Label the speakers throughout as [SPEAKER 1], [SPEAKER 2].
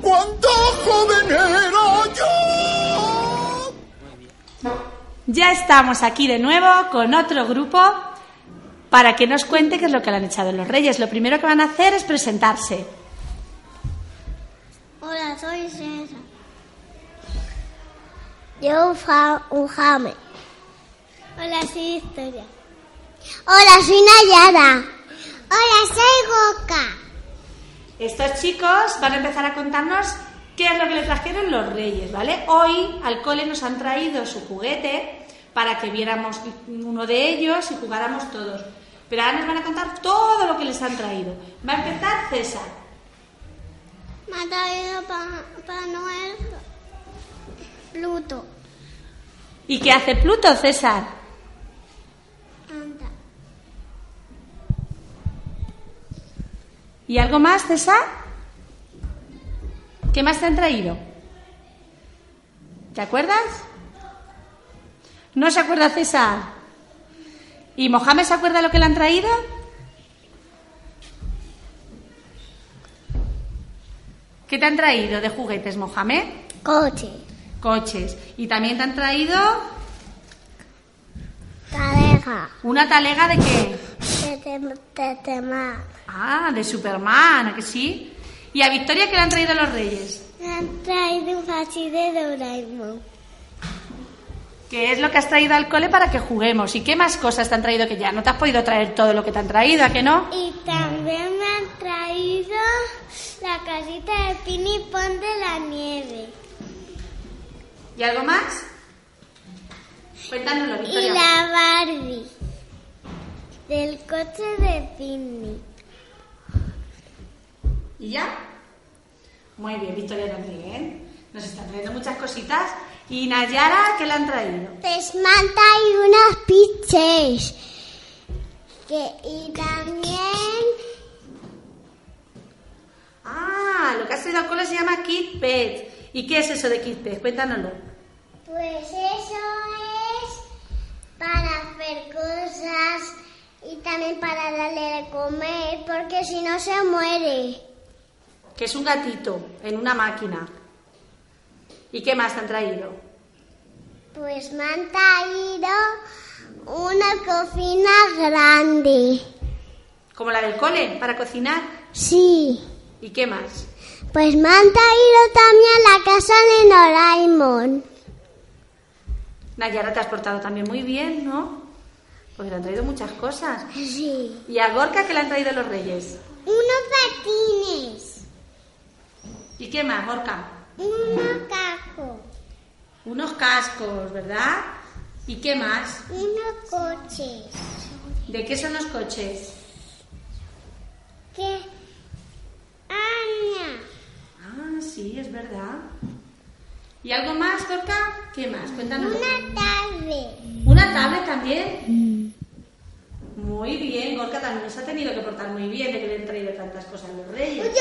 [SPEAKER 1] ¡Cuánto joven era yo!
[SPEAKER 2] Ya estamos aquí de nuevo con otro grupo para que nos cuente qué es lo que le han echado los Reyes. Lo primero que van a hacer es presentarse.
[SPEAKER 3] Hola, soy César. Yo fa- un jame. Hola, soy Historia. Hola, soy Nayara. Hola, soy Goka.
[SPEAKER 2] Estos chicos van a empezar a contarnos qué es lo que le trajeron los Reyes, ¿vale? Hoy al cole nos han traído su juguete para que viéramos uno de ellos y jugáramos todos. Pero ahora nos van a contar todo lo que les han traído. Va a empezar César.
[SPEAKER 3] Me ha traído Papá Noel Pluto.
[SPEAKER 2] ¿Y qué hace Pluto, César?
[SPEAKER 3] Anda.
[SPEAKER 2] ¿Y algo más, César? ¿Qué más te han traído? ¿Te acuerdas? ¿No se acuerda César? ¿Y Mohamed se acuerda lo que le han traído? ¿Qué te han traído de juguetes, Mohamed?
[SPEAKER 3] Coche.
[SPEAKER 2] Coches. Y también te han traído
[SPEAKER 3] Cadeja.
[SPEAKER 2] una talega de qué?
[SPEAKER 3] Tetemá.
[SPEAKER 2] Ah, de Superman, ¿a que sí? ¿Y a Victoria qué le han traído los reyes?
[SPEAKER 3] Me han traído un fachi de Doraemon.
[SPEAKER 2] ¿Qué es lo que has traído al cole para que juguemos? ¿Y qué más cosas te han traído que ya no te has podido traer todo lo que te han traído, a que no?
[SPEAKER 3] Y también me han traído la casita de Pinipón de la nieve.
[SPEAKER 2] ¿Y algo más? Cuéntanoslo,
[SPEAKER 3] Y
[SPEAKER 2] Victoria.
[SPEAKER 3] la Barbie. Del coche de Pini.
[SPEAKER 2] ¿Y ya? Muy bien, Victoria también. Nos están trayendo muchas cositas. ¿Y Nayara qué le han traído?
[SPEAKER 3] Pues me han traído unas piches. Que, y también
[SPEAKER 2] Ah, lo que has traído al cole se llama Kid Pet. ¿Y qué es eso de Kid Pet? Cuéntanoslo.
[SPEAKER 3] Pues eso es para hacer cosas y también para darle de comer, porque si no se muere.
[SPEAKER 2] Que es un gatito en una máquina. ¿Y qué más te han traído?
[SPEAKER 3] Pues me han traído una cocina grande.
[SPEAKER 2] Como la del cole, para cocinar.
[SPEAKER 3] Sí,
[SPEAKER 2] ¿Y qué más?
[SPEAKER 3] pues me han traído también la casa de Noraimon.
[SPEAKER 2] Nayara, te has portado también muy bien, ¿no? Porque te han traído muchas cosas.
[SPEAKER 3] Sí.
[SPEAKER 2] ¿Y a Gorka qué le han traído los reyes?
[SPEAKER 3] Unos patines,
[SPEAKER 2] ¿Y qué más, Gorka?
[SPEAKER 3] unos cajos,
[SPEAKER 2] Unos cascos, ¿verdad? ¿Y qué más?
[SPEAKER 3] unos coches.
[SPEAKER 2] ¿De qué son los coches?
[SPEAKER 3] ¿Qué? Ana.
[SPEAKER 2] Ah, sí, es verdad. ¿Y algo más, Gorka? ¿Qué más? Cuéntanos.
[SPEAKER 3] Una tarde.
[SPEAKER 2] ¿Una tablet también? Muy bien, Gorka también se ha tenido que portar muy bien de que le han traído tantas cosas los reyes.
[SPEAKER 3] tengo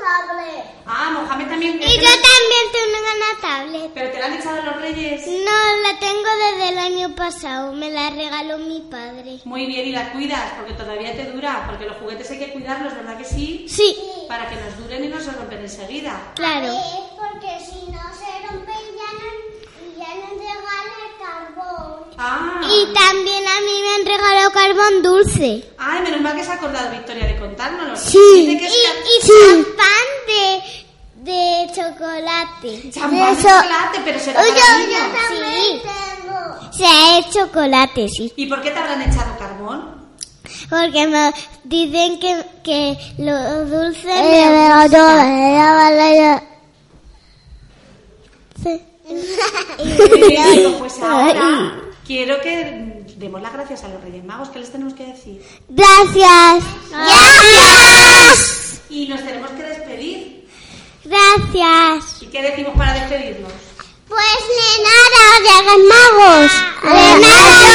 [SPEAKER 3] tablet.
[SPEAKER 2] Ah, Mohamed también.
[SPEAKER 3] Y yo también tengo una tablet.
[SPEAKER 2] ¿Pero te la han echado los reyes?
[SPEAKER 3] No, la tengo desde el año pasado. Me la regaló mi padre.
[SPEAKER 2] Muy bien, y la cuidas, porque todavía te dura, porque los juguetes hay que cuidarlos, ¿verdad que sí?
[SPEAKER 3] Sí,
[SPEAKER 2] Para que nos duren y no se rompen enseguida.
[SPEAKER 3] claro. Es Eh, porque si no se rompen ya no, ya no carbón.
[SPEAKER 2] ¡Ah!
[SPEAKER 3] Y también a mí me han regalado carbón dulce.
[SPEAKER 2] ¡Ay, menos mal que se ha acordado Victoria de contárnoslo!
[SPEAKER 3] Y,
[SPEAKER 2] Dice que es ca-
[SPEAKER 3] y champán de, de chocolate.
[SPEAKER 2] champán de
[SPEAKER 3] Eso-
[SPEAKER 2] chocolate, pero será para niños.
[SPEAKER 3] también tengo. Se es chocolate, sí.
[SPEAKER 2] ¿Y por qué te habrán echado carbón?
[SPEAKER 3] Porque me dicen que, que lo dulce Eh, me gusta. Sí.
[SPEAKER 2] Bueno, pues ahora quiero que demos las gracias a los Reyes Magos. ¿Qué les tenemos que decir?
[SPEAKER 3] Gracias. Gracias.
[SPEAKER 2] Y nos tenemos que despedir.
[SPEAKER 3] Gracias.
[SPEAKER 2] ¿Y qué decimos para despedirnos?
[SPEAKER 3] Pues Leonardo de los magos. Leonardo Pues,